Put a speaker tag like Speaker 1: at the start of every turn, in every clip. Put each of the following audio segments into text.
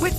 Speaker 1: With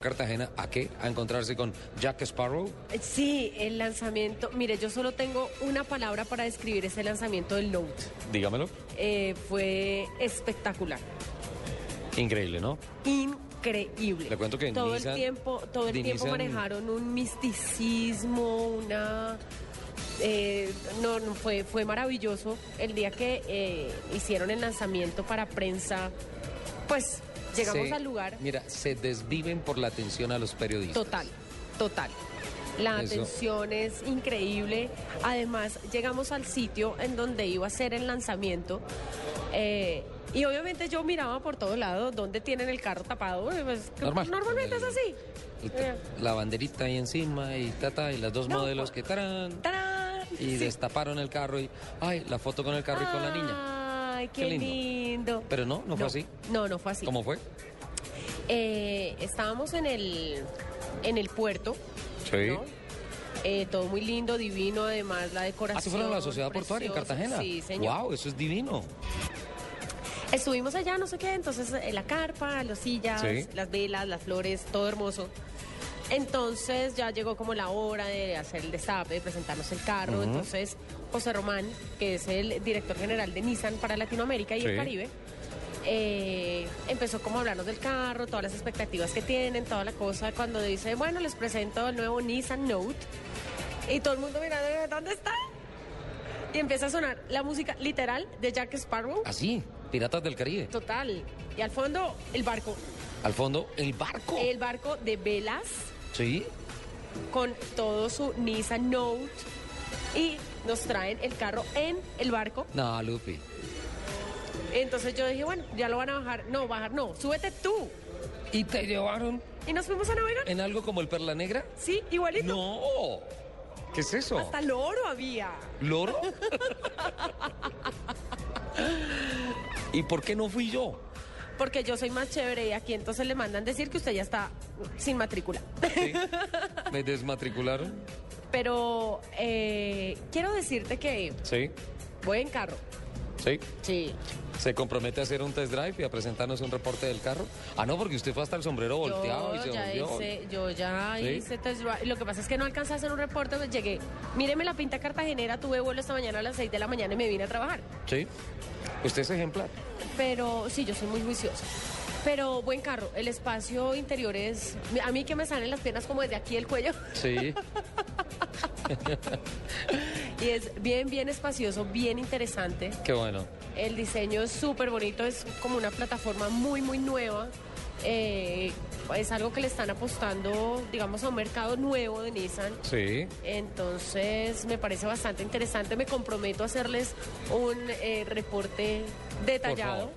Speaker 2: Cartagena, ¿a qué? A encontrarse con Jack Sparrow.
Speaker 3: Sí, el lanzamiento. Mire, yo solo tengo una palabra para describir ese lanzamiento del Note.
Speaker 2: Dígamelo.
Speaker 3: Eh, fue espectacular,
Speaker 2: Increíble, ¿no?
Speaker 3: increíble.
Speaker 2: Le cuento que
Speaker 3: todo
Speaker 2: Nissan-
Speaker 3: el tiempo, todo el
Speaker 2: de
Speaker 3: tiempo
Speaker 2: Nissan-
Speaker 3: manejaron un misticismo, una. eh, no, no fue, fue maravilloso el día que eh, hicieron el lanzamiento para prensa. Pues llegamos
Speaker 2: Se-
Speaker 3: al lugar.
Speaker 2: Mira, se desviven por la atención a los periodistas.
Speaker 3: Total, total. La
Speaker 2: Eso.
Speaker 3: atención es increíble. Además, llegamos al sitio en donde iba a ser el lanzamiento. eh, y obviamente yo miraba por todos lados dónde tienen el carro tapado. eh, pues,
Speaker 2: Normal.
Speaker 3: Normalmente es
Speaker 2: El-
Speaker 3: así.
Speaker 2: Y ta-
Speaker 3: Eh,
Speaker 2: La banderita ahí encima y tata, y las dos
Speaker 3: No,
Speaker 2: modelos
Speaker 3: pa-
Speaker 2: que tarán.
Speaker 3: ¡tarán!
Speaker 2: Y
Speaker 3: Sí.
Speaker 2: destaparon el carro y. ¡Ay! La foto con el carro y con la niña.
Speaker 3: Ay, qué,
Speaker 2: Qué lindo.
Speaker 3: lindo.
Speaker 2: Pero no, no fue así.
Speaker 3: Ah. No, no fue así.
Speaker 2: ¿Cómo fue?
Speaker 3: Eh, estábamos en el, en el puerto.
Speaker 2: Sí.
Speaker 3: ¿no? Eh, todo muy lindo, divino, además la decoración.
Speaker 2: Ah, se fueron a la sociedad portuaria en
Speaker 3: precioso.
Speaker 2: Cartagena.
Speaker 3: Sí, señor.
Speaker 2: ¡Wow! Eso es divino.
Speaker 3: Estuvimos allá, no sé qué, entonces eh, la carpa, las sillas,
Speaker 2: Sí.
Speaker 3: las velas, las flores, todo hermoso. Entonces ya llegó como la hora de hacer el destape, de presentarnos el carro. Entonces José Román, que es el director general de Nissan para Latinoamérica y
Speaker 2: Sí.
Speaker 3: el Caribe, eh, empezó como a hablarnos del carro, todas las expectativas que tienen, toda la cosa. Cuando dice, bueno, les presento el nuevo Nissan Note. Y todo el mundo mirando, ¿dónde está? Y empieza a sonar la música literal de Jack Sparrow.
Speaker 2: Así, Piratas del Caribe.
Speaker 3: Total. Y al fondo, el barco.
Speaker 2: Al fondo, el barco.
Speaker 3: El barco de velas
Speaker 2: Sí.
Speaker 3: con todo su Nissan Note. Y nos traen el carro en el barco.
Speaker 2: No, Lupi.
Speaker 3: Entonces yo dije, bueno, ya lo van a bajar. No, bajar no. Súbete tú.
Speaker 2: ¿Y te llevaron
Speaker 3: Y nos fuimos a navegar.
Speaker 2: en algo como el Perla Negra?
Speaker 3: Sí, igualito.
Speaker 2: No. ¿Qué es eso?
Speaker 3: Hasta loro había.
Speaker 2: ¿Loro? ¿Y por qué no fui yo?
Speaker 3: Porque yo soy más chévere y aquí entonces le mandan decir que usted ya está sin matrícula.
Speaker 2: Sí, ¿Me desmatricularon?
Speaker 3: Pero eh, quiero decirte que
Speaker 2: Sí,
Speaker 3: buen carro.
Speaker 2: sí.
Speaker 3: Sí.
Speaker 2: ¿Se compromete a hacer un test drive y a presentarnos un reporte del carro? Ah, no, porque usted fue hasta el sombrero volteado y se
Speaker 3: yo ya
Speaker 2: volvió.
Speaker 3: hice, yo ya
Speaker 2: ¿Sí?
Speaker 3: hice test drive. Lo que pasa es que no alcancé a hacer un reporte, pues llegué, míreme la pinta cartagenera, tuve vuelo esta mañana a las 6 de la mañana y me vine a trabajar.
Speaker 2: Sí. Usted es ejemplar.
Speaker 3: Pero sí, yo soy muy juiciosa. Pero buen carro, el espacio interior es, a mí que me salen las piernas como desde aquí el cuello
Speaker 2: Sí.
Speaker 3: y es bien, bien espacioso, bien interesante.
Speaker 2: Qué bueno.
Speaker 3: El diseño es súper bonito, es como una plataforma muy, muy nueva. Eh, es algo que le están apostando, digamos, a un mercado nuevo de Nissan.
Speaker 2: Sí.
Speaker 3: Entonces me parece bastante interesante. Me comprometo a hacerles un eh, reporte detallado.